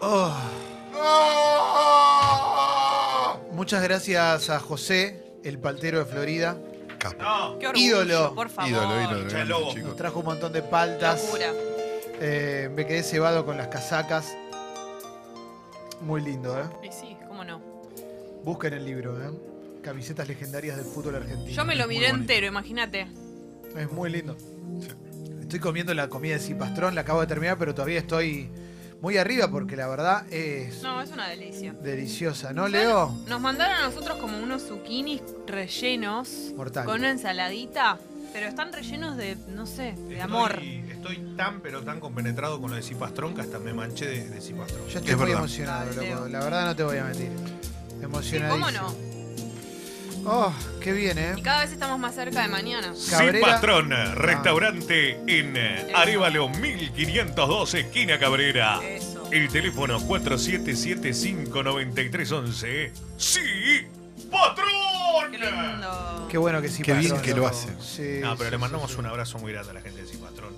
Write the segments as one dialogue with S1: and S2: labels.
S1: Oh, muchas gracias a José, el paltero de Florida.
S2: Capo.
S3: No,
S4: Qué orgullo,
S1: Ídolo.
S4: Por favor.
S2: Ídolo, ídolo,
S3: Hincha del
S2: ídolo,
S3: Lobo.
S1: Nos
S2: chicos.
S1: trajo un montón de paltas.
S4: Locura.
S1: Eh, me quedé cebado con las casacas. Muy lindo, ¿eh?
S4: Y sí, cómo no.
S1: Busquen el libro, ¿eh? Camisetas legendarias del fútbol argentino.
S4: Yo me lo
S2: Muy
S4: miré
S2: bonito.
S4: entero, imagínate.
S1: Es muy lindo. Estoy comiendo la comida de Cipastrón, la acabo de terminar, pero todavía estoy muy arriba porque la verdad es
S4: No, es una delicia.
S1: deliciosa, ¿no, Leo?
S4: Nos mandaron a nosotros como unos zucchinis rellenos
S1: Mortal.
S4: con una ensaladita, pero están rellenos de, no sé, de amor.
S3: Estoy, estoy tan pero tan compenetrado con lo de Cipastrón que hasta me manché de, de Cipastrón.
S1: Yo estoy
S2: Es
S1: muy
S2: verdad.
S1: emocionado,
S4: Ay,
S1: loco.
S4: Leo.
S1: La verdad no te voy a mentir.
S4: Sí,
S1: Emocionadísimo.
S4: ¿Cómo no?
S1: Oh, qué bien, ¿eh?
S4: Y cada vez estamos más cerca de mañana.
S1: Cabrera.
S5: Cipastrón, restaurante en Arevalo 1512, esquina Cabrera.
S4: Eso.
S5: El teléfono 47759311. ¡Sí! ¡Patrón!
S4: Qué lindo.
S1: Qué bueno que sí
S2: Qué bien
S1: pasó,
S2: que lo
S1: loco.
S2: hace.
S1: Sí,
S3: No,
S1: sí,
S3: pero le
S1: sí,
S3: mandamos
S1: sí.
S3: un abrazo muy grande a la gente de Cipastrón.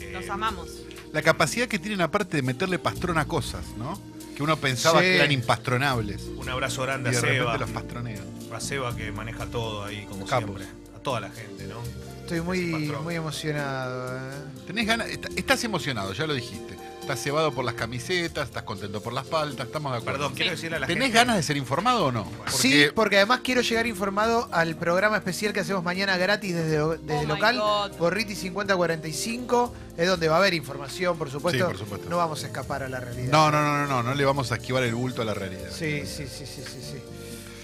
S3: Eh,
S4: Los amamos.
S2: La capacidad que tienen aparte de meterle pastrón a cosas, ¿no? Que uno pensaba
S1: Sí.
S2: que eran impastronables.
S3: Un abrazo grande
S2: Y
S3: a
S2: de
S3: Seba.
S2: repente los pastronean.
S3: A Seba que maneja todo ahí, como
S2: Capos.
S3: siempre. A toda la gente, ¿no?
S1: Estoy muy,
S3: Cipastrón.
S1: muy emocionado, ¿eh?
S2: Tenés ganas, est- estás emocionado, ya lo dijiste. Estás cebado por las camisetas, estás contento por las paltas, estamos de acuerdo.
S3: Perdón, quiero decirle a la
S2: ¿Tenés
S3: gente.
S2: ganas de ser informado o no? Porque
S1: Sí, porque además quiero llegar informado al programa especial que hacemos mañana gratis desde, desde
S4: Oh my
S1: local.
S4: God.
S1: Gorriti 5045 es donde va a haber información, por supuesto.
S2: por supuesto.
S1: No vamos a escapar a la realidad.
S2: No, no, no, no, no, no le vamos a esquivar el bulto a la realidad.
S1: Sí, sí, sí, sí, sí, sí.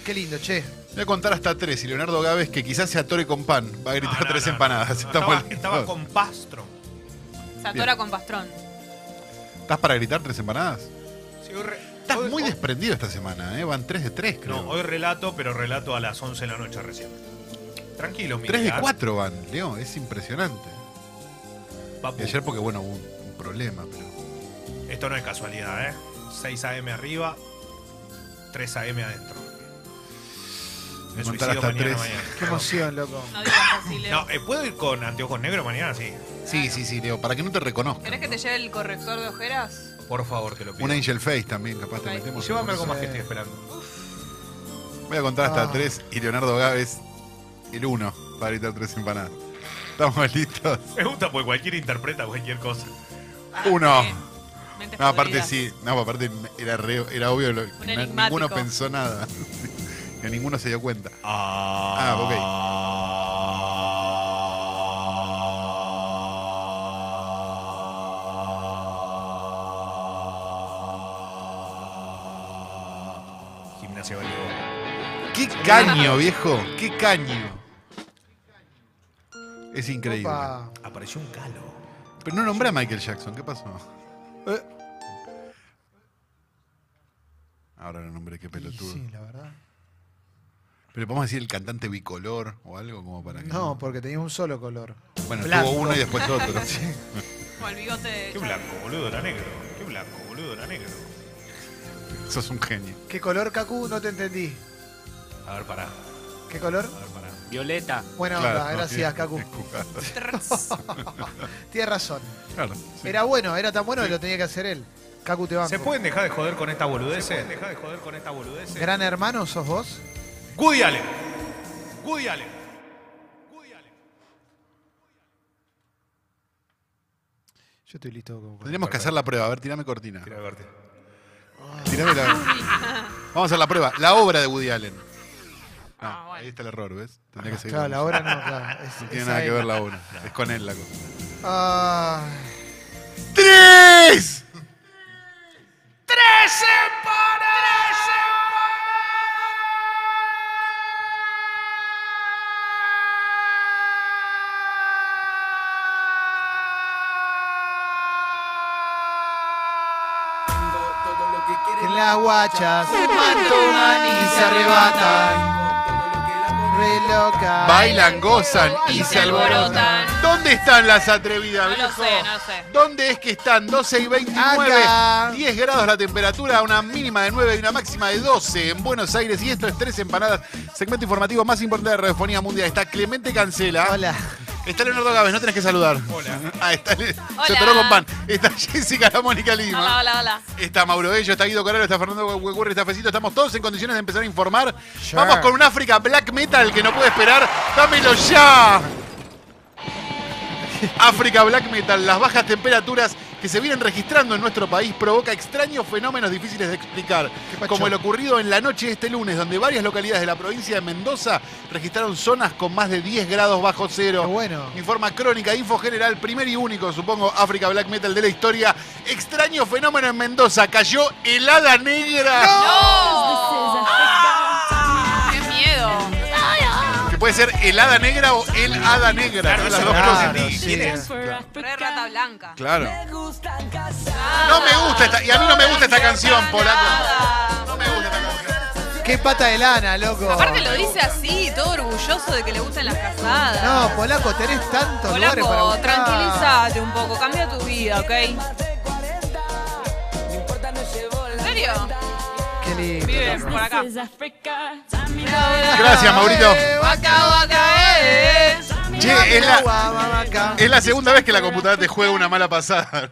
S1: Qué lindo, che.
S2: Voy a contar hasta tres y Leonardo Gávez, que quizás se atore con pan, va a
S3: No,
S2: gritar
S3: no,
S2: tres
S3: no, no,
S2: empanadas.
S3: no,
S2: Está
S3: estaba,
S2: mal.
S3: estaba con Pastron.
S4: Satora con pastrón.
S2: ¿Estás para gritar tres empanadas?
S3: Sí, hoy re-
S2: Estás
S3: hoy-
S2: muy
S3: hoy-
S2: desprendido esta semana, ¿eh? Van tres de tres, creo.
S3: No, hoy relato, pero relato a las 11 de la noche recién. Tranquilo, mi
S2: tres de
S3: Lear.
S2: cuatro van, Leo, es impresionante.
S3: Papu,
S2: Y ayer porque, bueno, hubo un, un problema, pero...
S3: Esto no es casualidad, ¿eh? 6 AM arriba, 3 AM adentro. Me
S2: Contar
S3: suicido
S2: hasta
S3: mañana,
S2: tres.
S3: mañana.
S1: Qué emoción, loco.
S4: No digas así, Leo.
S3: No, eh, ¿puedo ir con anteojos negros mañana? Sí.
S2: Sí, sí, sí, Leo, para que no te reconozca.
S4: ¿Querés que te lleve el corrector de ojeras?
S3: Por favor, te lo pido.
S2: Un Angel Face también, capaz te
S4: Ay.
S2: metemos.
S3: Llévame algo más que
S1: Sí.
S3: estoy esperando.
S2: Voy a contar hasta
S1: Ah.
S2: tres y Leonardo Gávez, el uno, va a gritar tres empanadas. ¿Estamos listos?
S3: Me gusta porque cualquiera interpreta cualquier cosa.
S2: Uno.
S4: Eh, mentes
S2: No, aparte
S4: podridas.
S2: sí, no, aparte era, re- era obvio, lo- que na-
S4: enigmático.
S2: ninguno pensó nada, que ninguno se dio cuenta. Ah, ok.
S3: Gimnasia Valdebón.
S2: ¡Qué caño, viejo! ¡Qué caño! Es increíble.
S1: Opa.
S3: Apareció un calo.
S2: Pero no nombré a Michael Jackson, ¿qué pasó?
S1: Eh,
S2: Ahora lo nombré, qué pelotudo.
S1: sí, la verdad.
S2: Pero podemos decir el cantante bicolor o algo como para que.
S1: No, porque tenía un solo color.
S2: Bueno,
S1: blanco.
S2: tuvo uno y después otro.
S4: O el bigote de
S3: Qué blanco, boludo, era negro. Qué blanco, boludo, era negro.
S2: Sos un genio.
S1: ¿Qué color, Kaku? No te entendí.
S3: A ver, pará.
S1: ¿Qué color?
S3: A ver, pará.
S6: Violeta.
S1: Buena
S2: Claro,
S1: onda,
S2: no,
S1: gracias,
S2: tiene-
S1: Kaku.
S2: es jugado.
S1: Tienes razón.
S2: Claro, sí.
S1: Era bueno, era tan bueno que lo tenía que hacer él. Kaku te va.
S3: ¿Se pueden dejar de joder con esta boludez? Ah, ¿Se pueden dejar de joder con esta boludez?
S1: ¿Gran hermano sos vos?
S3: Woody Allen. Woody Allen. Woody Allen.
S1: Yo estoy listo como.
S2: Tendríamos que hacer la prueba. A ver, tirame cortina.
S3: Tira, Alberti.
S2: Tirame la. Vamos a hacer la prueba. La obra de Woody Allen. No,
S4: Ah, bueno.
S2: ahí está el error, ¿ves? Tendría que seguir.
S1: Ah, Claro,
S2: con
S1: la
S2: eso.
S1: hora no, claro. Es,
S2: No tiene
S1: es
S2: nada
S1: a
S2: que
S1: él.
S2: ver la obra. Es con él la cosa.
S1: Ah,
S2: ¡Tres!
S1: que las guachas se mantuman y se arrebatan. Re loca.
S2: Bailan, gozan
S4: Y
S2: y se
S4: se
S2: alborotan.
S4: alborotan.
S2: ¿Dónde están las atrevidas,
S4: No lo
S2: viejo?
S4: sé, no lo sé.
S2: ¿Dónde es que están? 12 y 29,
S1: Acá.
S2: 10 grados la temperatura, una mínima de 9 y una máxima de 12 en Buenos Aires. Y esto es Tres Empanadas, segmento informativo más importante de la radiofonía mundial. Está Clemente Cancela.
S1: Hola.
S2: Está Leonardo Gávez, no tenés que saludar.
S3: Hola.
S2: Ah, está Le-
S4: Hola.
S2: Se atoró con pan. Está Jessica, la Mónica Lima.
S4: Hola, hola, hola.
S2: Está Mauro Bello, está Guido Corralo, está Fernando Huecurri, está Fecito. Estamos todos en condiciones de empezar a informar.
S1: Sure.
S2: Vamos con un África Black Metal que no puede esperar. ¡Dámelo ya! África Black Metal, las bajas temperaturas que se vienen registrando en nuestro país provoca extraños fenómenos difíciles de explicar,
S1: Qué pacho.
S2: como el ocurrido en la noche de este lunes, donde varias localidades de la provincia de Mendoza registraron zonas con más de 10 grados bajo cero.
S1: Qué bueno.
S2: Informa Crónica, Info General, primer y único, supongo, África Black Metal de la historia. Extraño fenómeno en Mendoza, cayó helada negra.
S4: ¡Qué miedo!
S2: Que puede ser helada negra o helada negra. ¿no? Las dos
S1: Claro,
S2: cosas.
S1: sí.
S3: ¿Quién es?
S4: Re rata blanca.
S2: Claro. No me gusta esta, y a mí no me gusta esta canción, polaco.
S4: Nada.
S2: No me gusta esta canción.
S1: Qué pata de lana, loco.
S4: Aparte lo dice así, todo orgulloso de que le gustan las casadas.
S1: No, polaco, tenés tantos lugares para
S4: Polaco,
S1: buscar.
S4: tranquilízate un poco, cambia tu vida, ¿ok? ¿En serio?
S1: Qué lindo.
S4: Vive por acá.
S2: Gracias, Maurito.
S4: Vaca, vaca, eh.
S2: Che, es la,
S1: Guabamaca.
S2: es la segunda vez que la computadora te juega una mala pasada.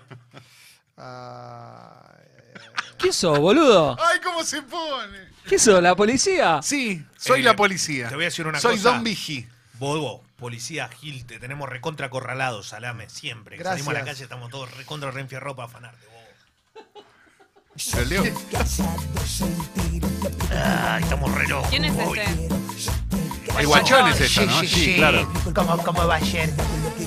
S1: Ah, eh,
S6: ¿Qué sos, boludo?
S2: Ay, cómo se pone.
S6: ¿Qué sos, la policía?
S2: Sí, soy
S3: Eh,
S2: la policía.
S3: te voy a decir una
S2: soy
S3: cosa.
S2: Don Vigi.
S3: Bobo, policía Gil, te tenemos recontra acorralados, salame, siempre. Que
S1: Gracias.
S3: salimos a la calle, estamos todos recontra reenfierro para afanarte, Bobo.
S2: El Leo.
S3: Ay, estamos re locos.
S4: ¿Quién es
S3: Uy,
S4: este?
S2: El guachón es esta, ¿no?
S1: sí, sí, sí.
S2: claro.
S1: ¿Cómo, cómo va a ser?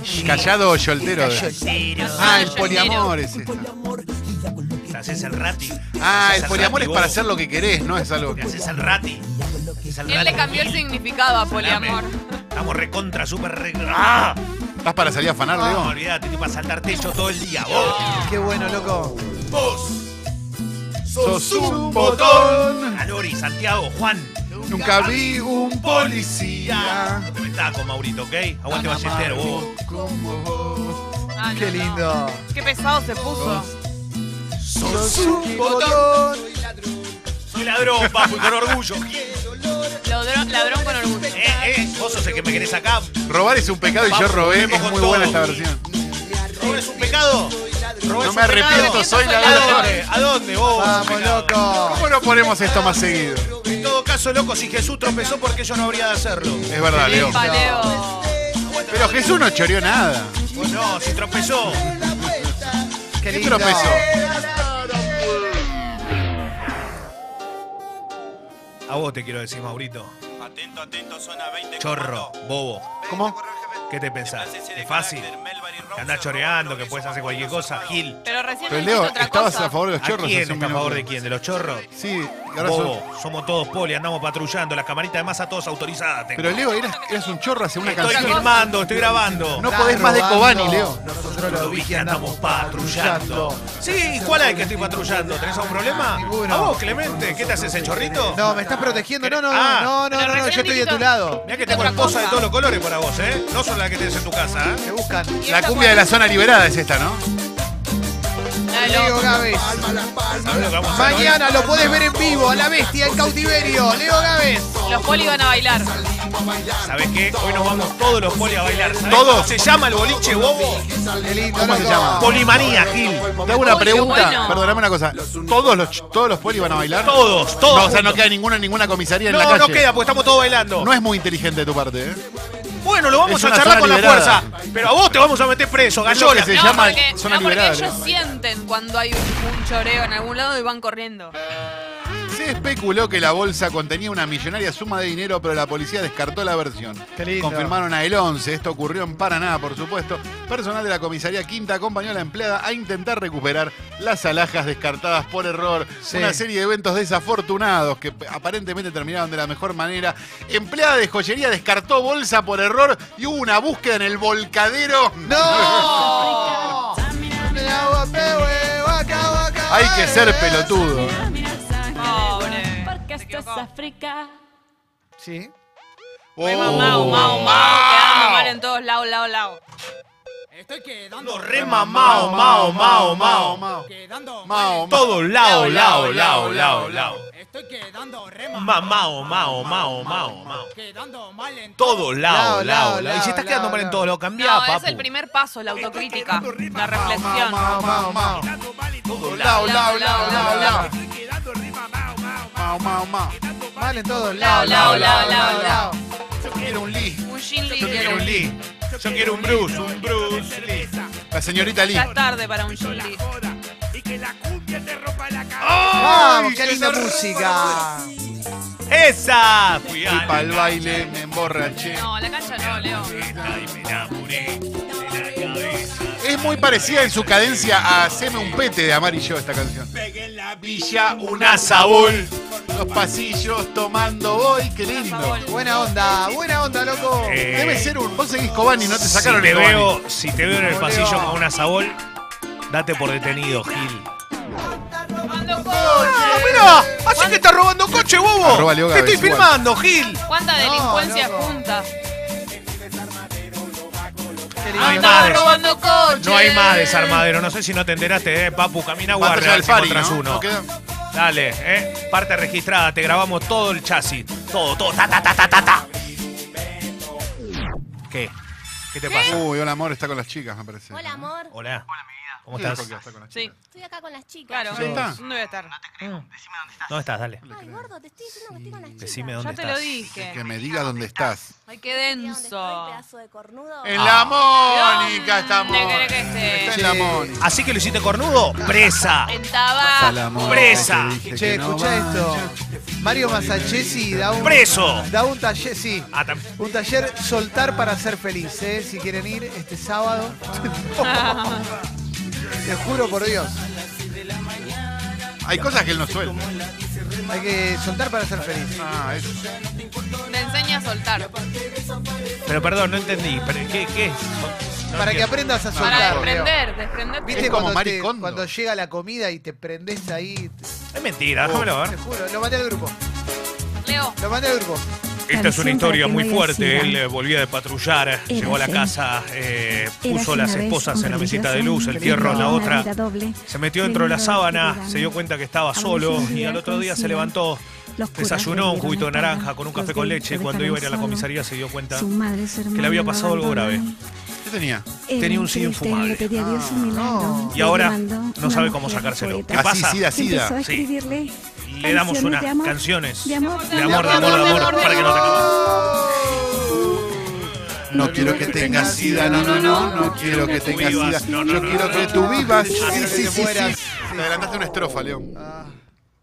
S1: Sí.
S2: Callado o soltero.
S1: Soltero.
S2: Ah, el poliamor es esta.
S3: Te haces el rati. Te
S2: Ah,
S3: haces
S2: el
S3: al
S2: poliamor
S3: rati,
S2: es
S3: Bobo.
S2: para hacer lo que querés, no es algo
S3: Te
S2: que...
S3: haces el rati. Te haces al
S4: Él le
S3: rati.
S4: cambió el significado a
S3: Salame.
S4: poliamor.
S3: Estamos recontra, súper re. ¡Ah!
S2: ¿Estás para salir a afanar,
S3: No,
S2: Leo?
S3: olvídate, tú vas a saltar techo todo el día, vos.
S1: Qué bueno, loco.
S2: Sos un botón.
S3: Alori, Santiago, Juan.
S2: Nunca vi un policía.
S3: No te metas con Maurito, ¿ok? Aguante
S2: tan
S3: Ballester, vos.
S2: amargo como vos.
S4: Ah, no,
S1: Qué
S4: no.
S1: lindo.
S4: Qué pesado se puso.
S2: Sos un
S1: Botón.
S3: Soy ladrón, papu, y con orgullo.
S4: Ladrón, ladrón con orgullo.
S3: Eh, eh, vos sos el que me querés acá.
S2: Robar es un pecado y yo
S3: Vamos,
S2: robé.
S3: volvemos
S2: Es
S3: con
S2: muy buena
S3: todo.
S2: esta versión.
S3: ¿Robar es un pecado? ¿Robar
S2: No
S3: es
S2: me
S3: un pecado?
S2: arrepiento, soy
S3: ¿A
S2: ladrón.
S3: dónde? ¿A dónde vos?
S1: Vamos, loco.
S2: ¿Cómo no ponemos esto más seguido?
S3: En todo caso, loco, si Jesús tropezó, ¿por qué yo no habría de hacerlo?
S2: Es verdad, Leo.
S4: Paleo.
S2: Pero Jesús no choreó nada.
S3: Vos no, si tropezó.
S1: Qué
S2: ¿Qué
S1: lindo.
S2: tropezó?
S3: A vos te quiero decir, Maurito.
S7: Atento, atento, zona 20.
S3: Chorro, bobo.
S2: ¿Cómo?
S3: ¿Qué te pensás? Es fácil. Que andás
S7: Anda
S3: choreando, que puedes hacer cualquier cosa. Gil.
S4: Pero recién
S2: Pero
S4: me
S2: Leo,
S4: dijiste otra
S2: estabas
S4: cosa.
S2: a favor de los
S3: ¿A
S2: chorros.
S3: quién
S2: hace un
S3: está a favor de
S2: minuto.
S3: quién? ¿De los chorros?
S2: Sí, y ahora sos...
S3: Bobo, somos todos poli, andamos patrullando, las camaritas de masa todas autorizadas. tengo.
S2: Pero Leo, eras, eras un chorro hace una
S3: estoy
S2: canción.
S3: filmando, estoy grabando.
S2: No podés más de Cobani, Leo.
S1: Nosotros
S3: lo
S1: los
S3: vi
S1: Vigi
S3: que andamos patrullando. Sí, ¿cuál hay que estoy patrullando? ¿Tenés algún problema?
S1: Ninguno.
S3: ¿A vos, Clemente? ¿Qué te haces, el chorrito?
S1: No, me estás protegiendo. No, no,
S3: Ah.
S1: no, no, no,
S4: Pero
S1: no, no, yo
S4: recién
S1: estoy de tu
S4: dijiste-
S1: lado.
S3: Mirá que tengo
S4: Otra
S3: esposa
S4: cosa.
S3: de todos los colores para vos, ¿eh? No son las que tenés en tu casa,
S1: Me
S3: ¿eh?
S1: buscan.
S2: La cumbia de la zona liberada es esta, ¿no?
S4: Ah,
S1: Leo
S4: loco.
S1: Gávez.
S3: ¿Sabés lo que vamos a hacer hoy?
S1: Mañana lo podés ver en vivo a la bestia en cautiverio. Leo Gávez.
S4: Los poli van a bailar.
S3: ¿Sabés qué? Hoy nos vamos todos los poli a bailar. ¿Sabés
S2: ¿Todos?
S3: cómo ¿Se llama el boliche, bobo?
S1: Qué lindo,
S2: ¿Cómo se
S1: loco.
S2: llama?
S3: Polimanía, Gil.
S2: Te hago una
S4: Uy, qué
S2: pregunta,
S4: bueno.
S2: perdóname una cosa. ¿Todos los, ch- todos los poli van a bailar?
S3: Todos, todos
S2: No, o sea, no
S3: juntos.
S2: queda ninguno en ninguna comisaría en la
S3: No,
S2: calle.
S3: no queda, porque estamos todos bailando.
S2: No es muy inteligente de tu parte, ¿eh?
S3: Bueno, lo vamos
S2: Es
S3: a
S2: una
S3: charlar
S2: zona
S3: con la
S2: liberada.
S3: fuerza. Pero a vos te vamos a meter preso,
S2: Es lo que
S3: gallola.
S2: se
S4: no,
S2: llama
S4: porque,
S2: zona
S4: no, porque
S2: liberada,
S4: ellos
S2: Leo.
S4: sienten cuando hay un, un choreo en algún lado y van corriendo.
S2: Se especuló que la bolsa contenía una millonaria suma de dinero, pero la policía descartó la versión.
S1: Qué lindo.
S2: Confirmaron a el 11. Esto ocurrió en Paraná, por supuesto. Personal de la comisaría Quinta acompañó a la empleada a intentar recuperar las alhajas descartadas por error.
S1: Sí.
S2: Una serie de eventos desafortunados que aparentemente terminaron de la mejor manera. Empleada de joyería descartó bolsa por error y hubo una búsqueda en el volcadero.
S1: ¡No!
S2: Hay que ser pelotudo.
S4: Pobre.
S8: Porque esto es
S4: Se equivocó.
S8: África.
S1: Sí.
S4: Fue
S2: Oh. Ah.
S4: mamao, mao, mao, quedando mal en todos lados, lado, lado.
S3: No, re mamao, mao, mao, mao.
S2: Mao, mao.
S3: Todo lao, lao, lao, lao, lao.
S8: Estoy quedando rema.
S3: Ma- Mao, Mao, Mao, Mao, Mao.
S8: Quedando mal en
S3: Todo,
S1: Lao,
S3: lao,
S1: lao,
S3: lao, lao. Y si
S1: lao,
S3: estás quedando mal en
S1: lao.
S3: todo, lo cambiá,
S4: No,
S3: papu.
S4: es el primer paso, la autocrítica, la reflexión.
S2: Mao, mao, mao. Todo lao, lao, lao, lao, lao. Mao, mao, mao.
S1: Mal en todos
S4: Lao,
S1: lados.
S4: lao, lao, lao, lao.
S2: Yo quiero un Lee.
S4: Un Jin Lee.
S3: Yo quiero un Lee. Yo quiero un Bruce, un Bruce Lee.
S2: La señorita Lee.
S4: Ya es tarde para un Jin Lee.
S1: ¡Vamos! ¡Qué linda música!
S3: ¡Esa!
S2: Fui
S3: Fui a
S2: pa'l baile, me emborraché.
S4: No, la cancha no, Leo.
S2: Es muy parecida en su cadencia a Haceme un pete de Amarillo esta canción. Pegué en la villa un asaúl. Los pasillos tomando hoy, qué lindo.
S1: Buena onda, buena onda, loco.
S3: Eh,
S2: Debe ser un. Vos seguís Cobani, no te sacaron
S3: si
S2: el
S3: te
S2: Cobani.
S3: veo, Si te veo en el
S1: Olé,
S3: pasillo
S1: va.
S3: con una sabol, date por detenido, Gil.
S4: Cuando
S3: ¡Ah,
S4: coche.
S3: mirá! ¡Así que estás robando un coche, bobo!
S2: Arroba Leo
S3: ¡Te estoy
S2: Gávez, igual.
S3: filmando, Gil!
S4: ¿Cuánta delincuencia
S1: loco.
S4: junta?
S1: Qué
S3: No hay
S1: lindo.
S3: más,
S4: Estaba
S3: des-
S4: robando coches.
S3: no hay más desarmadero. No sé si no te enteraste, eh, Papu. Camina
S2: Basta
S3: guardia,
S2: ya del
S3: encima
S2: pari,
S3: tras
S2: ¿no?
S3: uno.
S2: No queda-
S3: Dale, eh. Parte registrada, te grabamos todo el chasis. Todo, todo. Ta, ta, ta, ta, ta, ta. ¿Qué? ¿Qué te
S4: ¿Eh?
S3: pasa?
S2: Uy, hola amor, está con las chicas, me parece.
S9: Hola, amor.
S3: Hola. Hola, mi vida. ¿Cómo
S2: Sí,
S3: estás?
S2: porque está con las
S4: Sí,
S2: chicas.
S9: Estoy acá con las chicas.
S4: claro.
S2: Ahí está.
S4: No voy a estar.
S3: ¿Dónde estás? Dale.
S9: Ay, gordo, te estoy diciendo que estoy con las chicas.
S3: Decime
S4: Ya
S3: dónde
S4: te
S3: estás.
S4: lo dije.
S2: Que me digas dónde estás.
S4: Ay, qué
S9: Mira dónde estoy,
S4: denso.
S9: pedazo de cornudo.
S2: En la Mónica
S4: ¿Dónde
S2: estamos.
S4: querés Ah. que esté?
S2: Está en la Mónica.
S3: Así que lo hiciste cornudo, presa.
S4: En
S2: la
S4: tabaco.
S2: Mónica,
S3: Presa.
S2: te dije
S1: Che,
S2: que no
S1: escucha esto. Mario Masachesi da un.
S3: Preso.
S1: Da un taller, sí.
S3: Ah, tam-
S1: Un taller soltar para ser feliz, ¿eh? Si quieren ir este sábado. Te juro por Dios.
S2: Hay cosas que él no suelta.
S1: Hay que soltar para ser feliz.
S2: Ah, eso.
S4: Te enseña a soltar.
S3: Pero perdón, no entendí. Pero, ¿Qué, qué es? No
S1: Para que
S3: entiendo.
S1: aprendas a
S4: Para
S1: soltar. Leo.
S4: desprender, desprender.
S1: ¿Viste
S2: Es como
S1: cuando, te-
S2: Maricondo.
S1: cuando llega la comida y te prendés ahí?
S3: Es mentira, déjamelo
S1: Te
S3: ver.
S1: juro, lo mandé al grupo.
S4: Leo,
S1: Lo mandé al grupo.
S5: Esta es una
S10: Canción
S5: historia
S10: para que
S5: muy
S10: no haya
S5: fuerte.
S10: sida.
S5: Él eh, volvía de patrullar, llegó a la
S10: Érase.
S5: casa, eh,
S10: Érase
S5: puso
S10: una
S5: las
S10: vez
S5: esposas
S10: un
S5: en la mesita de
S10: religioso
S5: luz, el
S10: que
S5: fierro en la
S10: vivía una
S5: otra.
S10: vida doble. este
S5: Se metió dentro de la
S10: Criminal
S5: sábana,
S10: ortogami.
S5: se dio cuenta que estaba
S10: Aborrecía
S5: solo
S10: su
S5: y al
S10: vida
S5: otro día se
S10: conocida.
S5: levantó.
S10: Los curas
S5: Desayunó un
S10: vendieron
S5: juguito de
S10: la
S5: naranja
S10: espalda,
S5: con un café
S10: los
S5: con
S10: delitos
S5: leche y cuando
S10: dejaron
S5: iba a ir a la
S10: solo.
S5: comisaría se dio cuenta.
S10: Su madre, su
S5: le había
S10: hermano,
S5: pasado algo
S10: lo
S5: grave.
S10: abandonaron.
S2: ¿Qué tenía?
S10: Él,
S5: Tenía un sida
S10: triste,
S5: infumable.
S10: le pedía a Dios un milagro.
S1: no.
S5: Y ahora
S10: Le mandó
S5: no
S10: una
S5: sabe cómo
S10: mujer
S5: sacárselo.
S10: poeta.
S5: ¿Qué
S2: Así,
S5: pasa?
S2: sida,
S10: Empezó
S2: sida.
S10: a
S3: Sí.
S10: escribirle
S3: Le damos
S10: canciones
S3: unas
S10: de amor,
S3: canciones.
S10: de
S3: De
S10: amor,
S3: amor, de amor, de amor, para que no te acabes.
S1: ¡Oh!
S2: No quiero que tengas sida, no, no, no, no quiero que tengas sida.
S3: No, no,
S2: Yo
S3: no,
S2: quiero
S3: no,
S2: que
S3: no.
S2: tú vivas.
S1: Yo
S2: Sí,
S1: quiero
S2: sí,
S1: que
S2: sí,
S1: mueras.
S2: sí. Te adelantaste una estrofa, León.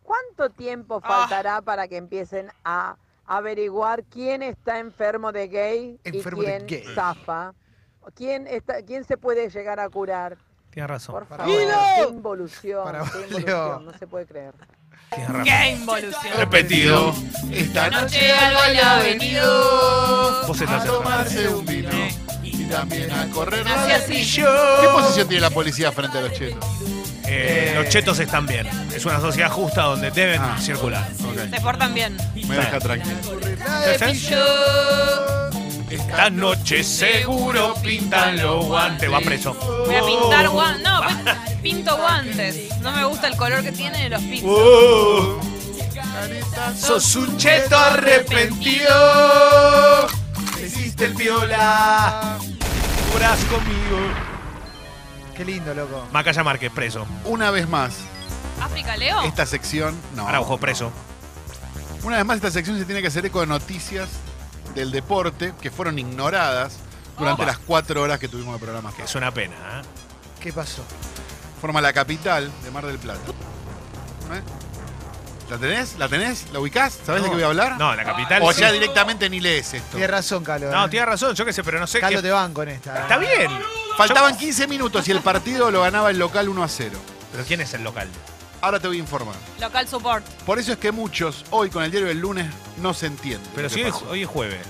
S11: ¿Cuánto tiempo
S4: Ah.
S11: faltará para que empiecen a averiguar quién está enfermo de gay
S1: Enfermo
S11: y
S1: de
S11: quién
S1: gay.
S11: zafa? ¿Quién, está, ¿Quién se puede llegar a curar?
S3: Tienes razón,
S11: Por
S1: Para
S11: favor, qué
S1: vos.
S11: involución,
S1: Para
S11: qué
S1: vos, Leo.
S11: involución, no se puede creer.
S3: tienes razón.
S4: qué involución.
S2: Repetido. Esta
S4: Noche algo al avenido.
S3: Vos estás
S2: un vino y también a correr.
S4: Nací así.
S2: ¿Qué posición tiene la policía frente a los chetos?
S3: Eh, los chetos están bien. Es una sociedad justa donde deben
S2: Ah.
S3: circular.
S4: Se portan bien.
S2: Me deja tranquilo.
S4: Ah,
S3: Esta noche seguro pintan los guantes. Va preso.
S4: Voy a pintar
S3: Oh.
S4: guantes. No, pues, pinto guantes. No me gusta el color que tiene los pintos.
S3: Oh. Sos un cheto arrepentido. Hiciste el viola. Jurás conmigo.
S1: Qué lindo, loco.
S3: Macaya Márquez, preso.
S2: Una vez más,
S4: África, Leo.
S2: esta sección. No.
S3: Araujo, preso.
S2: Una vez más, esta sección se tiene que hacer eco de noticias del deporte que fueron ignoradas durante
S3: Oh.
S2: las cuatro horas que tuvimos de programa.
S3: Que es una pena, ¿eh?
S1: ¿Qué pasó?
S2: Forma la capital de Mar del Plata. ¿Eh? ¿La tenés? ¿La tenés? ¿La ubicás? ¿Sabés de qué voy a hablar?
S3: No, la capital.
S2: O
S3: sí.
S2: ya directamente ni lees esto.
S1: Tienes razón, Calo.
S3: No,
S1: eh.
S3: tienes razón, yo qué sé, pero no sé
S1: Calo
S3: qué.
S1: te van con esta. eh.
S3: Está bien.
S2: Faltaban 15 minutos y el partido lo ganaba el local 1 a 0.
S3: Pero ¿quién es el local?
S2: Ahora te voy a informar.
S4: Local support.
S2: Por eso es que muchos hoy con el diario del lunes no se entienden.
S3: Pero
S2: lo que
S3: si hoy,
S2: pasó.
S3: hoy es jueves.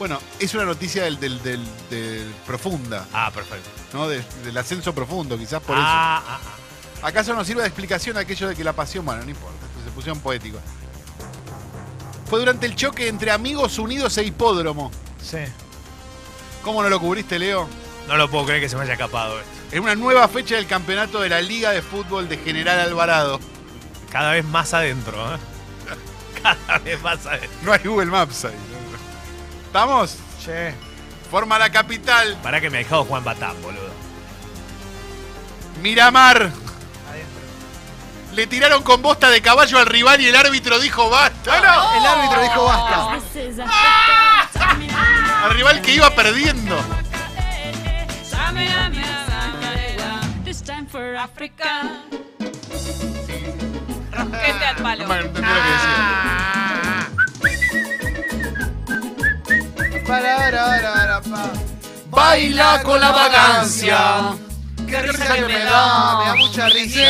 S2: Bueno, es una noticia del, del- del- del profunda,
S3: Ah, perfecto.
S2: ¿no? Del, del ascenso profundo, quizás por eso.
S3: Ah, ah, ah.
S2: ¿Acaso nos sirva de explicación aquello de que la pasión, bueno, no importa, se pusieron poéticos. Fue durante el choque entre amigos unidos e hipódromo.
S1: Sí.
S2: ¿Cómo no lo cubriste, Leo?
S3: No lo puedo creer que se me haya escapado esto.
S2: En una nueva fecha del campeonato de la Liga de Fútbol de General Alvarado.
S5: Cada vez más adentro, ¿eh? Cada vez más adentro.
S2: No hay Google Maps ahí. ¿Estamos?
S1: Che.
S2: Forma la capital.
S5: Para que me ha dejado Juan Batán, boludo.
S2: Miramar. Le tiraron con bosta de caballo al rival y el árbitro dijo basta.
S1: Ah, El árbitro dijo basta.
S2: Al rival que iba perdiendo.
S4: Dame, dame, dame, África. Rosquete al palo.
S2: No me entendí lo que decía.
S1: Pararararapa.
S2: Baila con la vagancia.
S1: Qué risa que me da, me da mucha risa.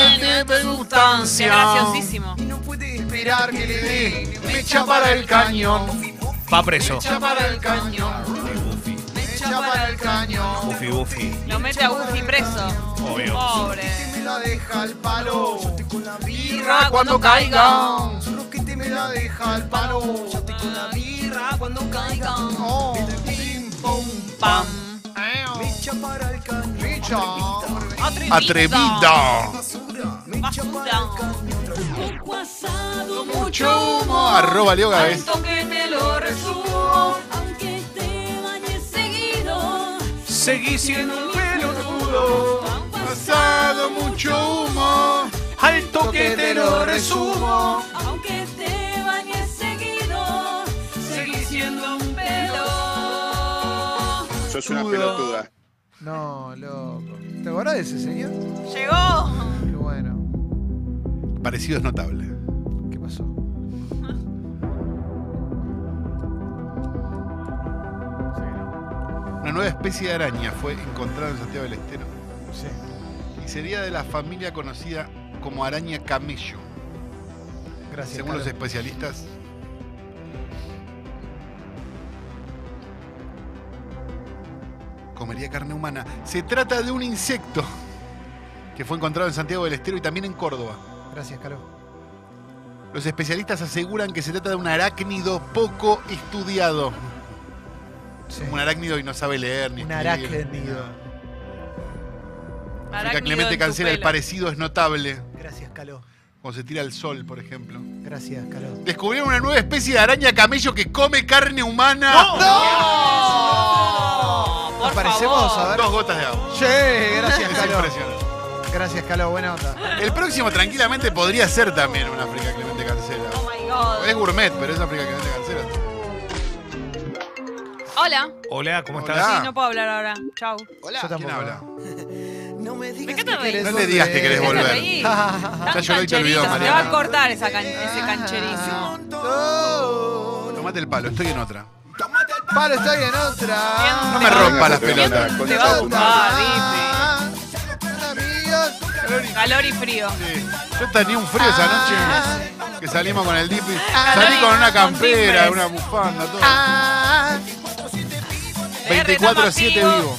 S4: Qué graciosísimo.
S1: Y no puede esperar que le dé. Me echa
S2: para el cañón.
S5: Va preso.
S1: para el cañón.
S5: Buffy,
S1: Me echa para el cañón.
S5: Buffy, Buffy.
S4: Lo mete a Buffy preso.
S5: Obvio.
S4: Pobre.
S1: me la deja al palo. Yo te con la
S4: Birra cuando caiga.
S1: Solo que te me la deja al palo. Oh. Yo te con la birra cuando caiga. Pim, pum,
S4: Pam.
S1: Me echa para el cañón. Me echa.
S2: Atrevido.
S4: Basura.
S2: Mucho humo. Arroba Leo Gávez.
S4: Tanto que te lo resumo.
S9: Aunque te bañes seguido,
S5: Seguí siendo un pelotudo.
S2: Pasado mucho humo.
S5: Al toque te lo resumo.
S9: aunque te bañes seguido,
S4: Seguí siendo un pelo.
S7: Sos una pelotuda.
S1: No, loco. ¿Te acordás de ese señor?
S4: Llegó.
S1: Qué bueno.
S2: Parecido es notable.
S1: ¿Qué pasó?
S2: Una nueva especie de araña fue encontrada en Santiago del Estero
S1: Sí.
S2: y sería de la familia conocida como araña camello.
S1: Gracias.
S2: Según los
S1: Carlos.
S2: especialistas, comería carne humana. Se trata de un insecto que fue encontrado en Santiago del Estero y también en Córdoba.
S1: Gracias, Carlos.
S2: Los especialistas aseguran que se trata de un arácnido poco estudiado.
S1: Sí.
S2: Un arácnido y no sabe leer ni
S1: Un
S2: escribir.
S1: arácnido.
S2: Fica
S4: Arácnido
S2: Clemente
S4: en tu
S2: Cancela, el
S4: pelo.
S2: parecido es notable.
S1: Gracias, Caló.
S2: Cuando se tira al sol, por ejemplo.
S1: Gracias, Caló.
S2: Descubrieron una nueva especie de araña camello que come carne humana.
S4: ¡No! Oh, Por
S1: ¿Nos parecemos?
S4: favor.
S1: A ver.
S2: Dos gotas de agua.
S1: Che, gracias,
S2: Es
S1: Caló.
S2: impresionante.
S1: Gracias, Caló. Buena onda.
S2: El próximo tranquilamente podría ser también una África Clemente Cancela.
S4: Oh my god.
S2: Es gourmet, pero es África Clemente Cancela.
S4: Hola.
S5: Hola, ¿cómo
S2: Hola.
S5: estás?
S4: Sí, no puedo hablar ahora. Chau.
S2: Hola.
S1: Yo
S2: ¿Quién
S1: tampoco.
S2: habla?
S4: ¿De qué te reís?
S2: No le digas que querés
S4: ¿De qué te
S2: volver.
S4: reís?
S1: Ah,
S2: Ya
S4: Tan
S2: lloró y te
S4: cancherito,
S2: olvidó,
S4: se te va
S2: Mariana. Ah.
S4: a cortar esa can- ese cancherísimo.
S1: no.
S2: Tomate el palo, estoy en otra.
S1: Palo, estoy en otra.
S2: No me rompa las
S7: Te
S2: pelotas.
S7: va-
S4: Te va a gustar,
S1: Ah, amigos.
S4: dice. Calor y frío.
S2: Sí. Yo tenía un frío esa noche que salimos con el dipi.
S4: Ah,
S2: Salí
S4: no,
S2: con una
S4: con
S2: campera,
S4: timbres.
S2: una bufanda, todo.
S1: Ah,
S2: 24-7 vivo.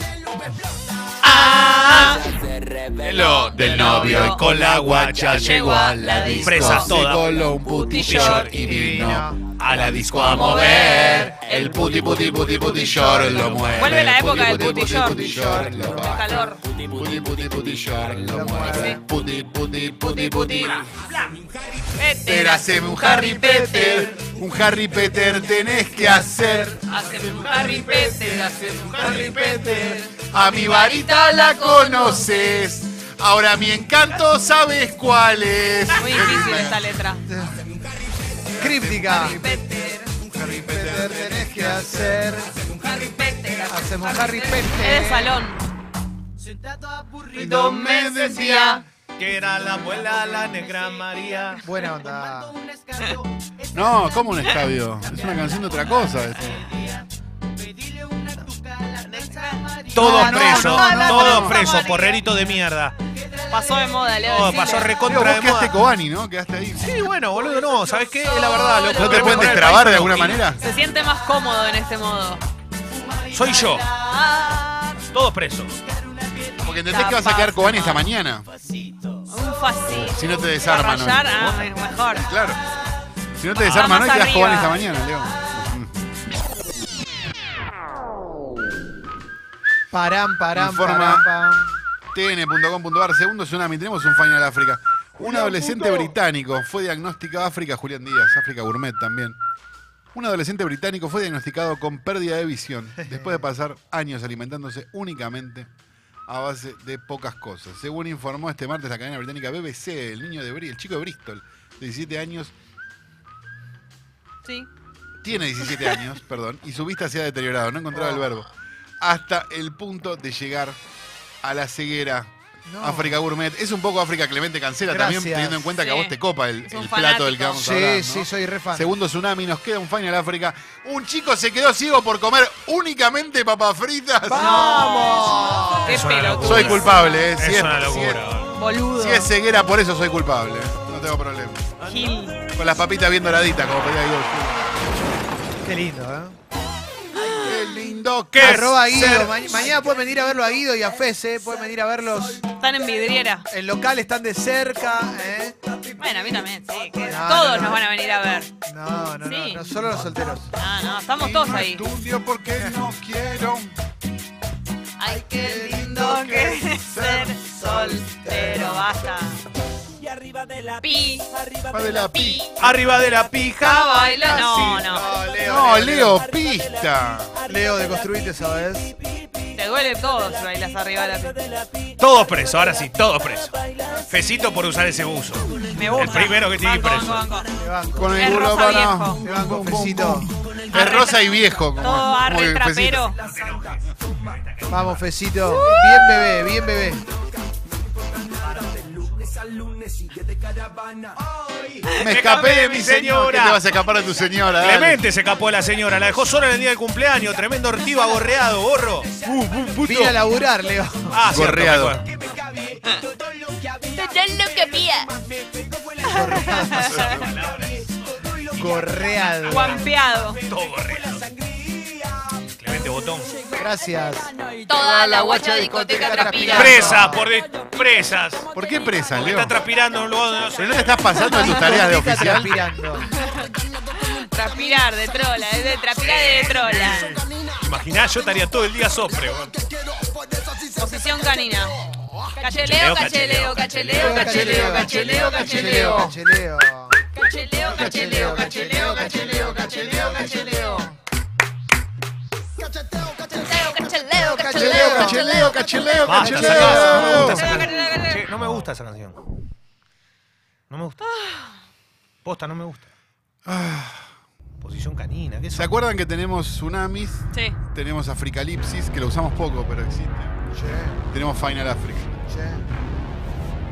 S5: Lo del
S4: novio y
S5: con la guacha
S4: Llegó a la disco.
S5: Presas todas.
S2: un
S4: puti short
S1: y vino.
S5: A la disco
S4: a mover.
S2: El puti puti puti puti short lo mueve.
S4: Vuelve la época del puti short.
S2: short lo
S4: El
S2: baja.
S4: calor.
S2: Puti puti puti short lo
S4: Sí.
S2: mueve. Puti puti puti puti.
S4: Vete.
S2: Pero haceme un Harry Peter. Un Harry Peter tenés que hacer.
S4: Haceme un Harry Peter. Haceme un Harry Peter.
S2: A mi varita la conoces. Ahora mi encanto sabes cuál es.
S4: Muy difícil esta letra.
S1: Críptica.
S4: Peter.
S1: Harry Potter tenés que hacer.
S4: Harry Peter.
S1: Hacemos Harry
S4: Es de
S1: Potter.
S4: salón.
S5: Dos me decía que era la abuela la negra María.
S1: Buena onda.
S2: No, ¿cómo un escabio? Es una canción de otra cosa. esto.
S5: Todos
S1: Ah, no,
S5: presos,
S1: no, no,
S5: todos
S1: no.
S5: presos, porrerito de mierda.
S4: Pasó de moda, Leo.
S5: Todo
S3: Oh,
S4: decile.
S5: pasó
S2: Digo,
S5: recontra
S2: vos
S5: de
S2: quedaste
S5: moda.
S2: Cobani, ¿no? Quedaste ahí. Ah,
S5: Sí, bueno, boludo, no, ¿sabes qué? Es la verdad,
S2: ¿No
S5: loco.
S2: te
S5: Queremos
S2: pueden
S5: poner el
S2: destrabar
S5: país
S2: de alguna
S5: tranquilo.
S2: manera?
S4: Se siente más cómodo en este modo.
S5: Soy yo,
S4: Ah,
S5: todos presos.
S2: Porque entendés que vas a quedar Cobani esta mañana.
S4: un fácil.
S2: Si no te desarman hoy.
S4: Rayar, ah, me- mejor.
S2: Claro. Si no te desarman hoy,
S4: más
S2: quedas Cobani esta
S4: arriba.
S2: mañana, Leo.
S1: Parán, parán, parán,
S2: Informa-
S1: pam.
S2: tn.com.ar Segundo Tsunami, tenemos un Final África. Un adolescente británico fue diagnosticado. África, Julián Díaz, África Gourmet también. Un adolescente británico fue diagnosticado con pérdida de visión después de pasar años alimentándose únicamente a base de pocas cosas. Según informó este martes la cadena británica BBC, el niño de Bri- el chico de Bristol, de 17 años,
S4: Sí.
S2: tiene 17 años, perdón, y su vista se ha deteriorado, no encontraba el verbo, hasta el punto de llegar a la ceguera.
S1: No.
S2: África Gourmet. Es un poco África Clemente Cancela también,
S1: Gracias.
S2: teniendo en cuenta que a
S4: Sí.
S2: vos te copa el,
S4: Es un
S2: el plato
S4: fanático.
S2: del que vamos
S1: Sí,
S2: a hablar. ¿no?
S1: sí, soy re fan.
S2: Segundo tsunami, nos queda un Final África. Un chico se quedó ciego por comer únicamente papas fritas.
S1: ¡Vamos!
S4: Qué
S3: Es una
S4: pelotudo.
S2: Soy culpable, ¿eh?
S3: Es
S2: Si es,
S3: una
S2: si
S3: locura.
S2: es-
S4: Boludo.
S2: si es ceguera, por eso soy culpable. No tengo problema.
S4: Gil.
S2: Con las papitas bien doraditas, como pedía Guido.
S1: Qué lindo, ¿eh?
S2: Qué lindo que es.
S1: Arroba Guido. Ma- mañana pueden venir a verlo a Guido y a Fese. Pueden venir a verlos.
S4: Están en vidriera.
S1: El local están de cerca, ¿eh?
S4: Bueno, a mí también, sí. que
S1: No, no,
S4: todos
S1: no.
S4: nos van a venir a ver.
S1: No, no, no,
S4: Sí.
S1: no, solo los solteros.
S4: Ah, no, estamos todos ahí.
S2: Estudio porque no quiero.
S4: Ay, qué lindo que es ser soltero, basta. Pi,
S2: Pa' de la pi.
S3: Arriba de la pija.
S4: ja, Ah, baila. No, no.
S2: No, Leo, pista.
S1: Leo, deconstruiste, ¿sabes?
S4: Te duele todo si bailas arriba de la pi.
S3: Todos presos, ahora sí, todos presos. Fecito por usar ese buzo.
S4: Me gusta.
S3: El primero que tiene
S4: Banco,
S3: preso.
S4: banco, banco.
S1: Te banco.
S2: Con
S4: Es
S2: burro
S4: rosa
S2: para-
S4: viejo.
S1: Te banco, Fecito.
S2: Es rosa y viejo. Como,
S4: Todo
S2: como
S4: arre
S2: el pesito.
S4: trapero.
S2: Ah.
S1: Vamos, Fecito. Bien bebé, bien bebé.
S2: Me escapé de mi señora. ¿Qué te vas a escapar de tu señora? dale.
S3: Clemente se escapó de la señora, la dejó sola en el día del cumpleaños. Tremendo ortiva gorreado, gorro. Uh, bu- puto.
S1: Vine a laburar, Leo.
S3: Ah, cierto,
S2: Gorreado.
S3: me acuerdo.
S4: Total lo que pía.
S1: Correado.
S4: Guampeado.
S3: Todo gorreado. Clemente Botón.
S1: Gracias.
S4: Toda la guacha discoteca
S1: transpira.
S4: transpira.
S3: Presas, por de- presas.
S2: ¿Por qué presa, Leo?
S3: Está transpirando en un lugar donde no se
S2: ¿Pero no te estás pasando de tus tareas de
S1: Discoteca
S2: oficial?
S1: transpirando.
S4: Transpirar de trola, es de transpirar de trola.
S3: Imaginá, yo estaría todo el día sopre. boludo.
S4: Posición canina. Cacheleo, cacheleo, cacheleo, cacheleo, cacheleo, cacheleo.
S1: Cacheleo.
S4: Cacheleo, cacheleo, cacheleo, cacheleo, cacheleo, cacheleo. Cacheleo, cacheleo, cacheleo,
S2: cacheleo, cacheleo,
S3: Basta, sacá, no me gusta esa canción. Che, no me gusta esa canción. No me gusta. Posta, no me gusta.
S2: Ah.
S3: Posición canina, ¿qué es
S2: ¿Se acuerdan que tenemos tsunamis?
S4: Sí.
S2: Tenemos Africalipsis, que lo usamos poco, pero existe. Tenemos Final Africa.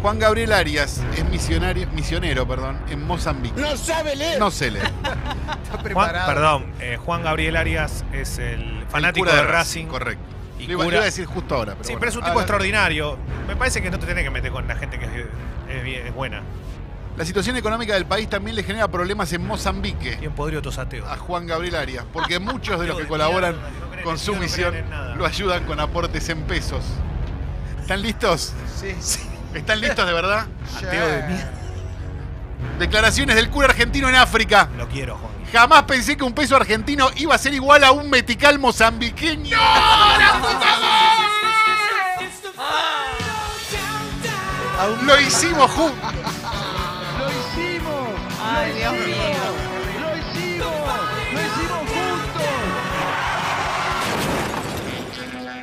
S2: Juan Gabriel Arias es misionario, misionero perdón, en Mozambique. No sabe leer. No sé leer.
S1: Está
S3: Juan,
S1: preparado.
S3: perdón, eh, Juan Gabriel Arias es el fanático
S2: El cura
S3: de Racing.
S2: Correcto.
S3: Y
S2: Lo iba,
S3: cura-
S2: lo iba a decir justo ahora. Pero
S3: Sí,
S2: bueno.
S3: pero es un
S2: Ah,
S3: tipo
S2: la-
S3: extraordinario. Me parece que no te tenés que meter con la gente que es, es bien- es buena.
S2: La situación económica del país también le genera problemas en Mozambique.
S3: Bien podrido tus ateos.
S2: a Juan Gabriel Arias,
S3: Ah,
S2: porque muchos de los que
S3: Dios,
S2: colaboran
S3: mierda, que no creen
S2: con
S3: en
S2: su
S3: Dios, no
S2: misión
S3: creen en nada.
S2: lo ayudan con aportes en pesos. ¿Están listos?
S1: Sí, sí.
S2: ¿Están listos de verdad?
S1: Ateo de
S2: Declaraciones del cura argentino en África.
S3: Lo quiero, Juan.
S2: Jamás pensé que un peso argentino iba a ser igual a un metical mozambiqueño.
S1: A un-
S2: Lo hicimos juntos.
S4: Ay, Dios mío.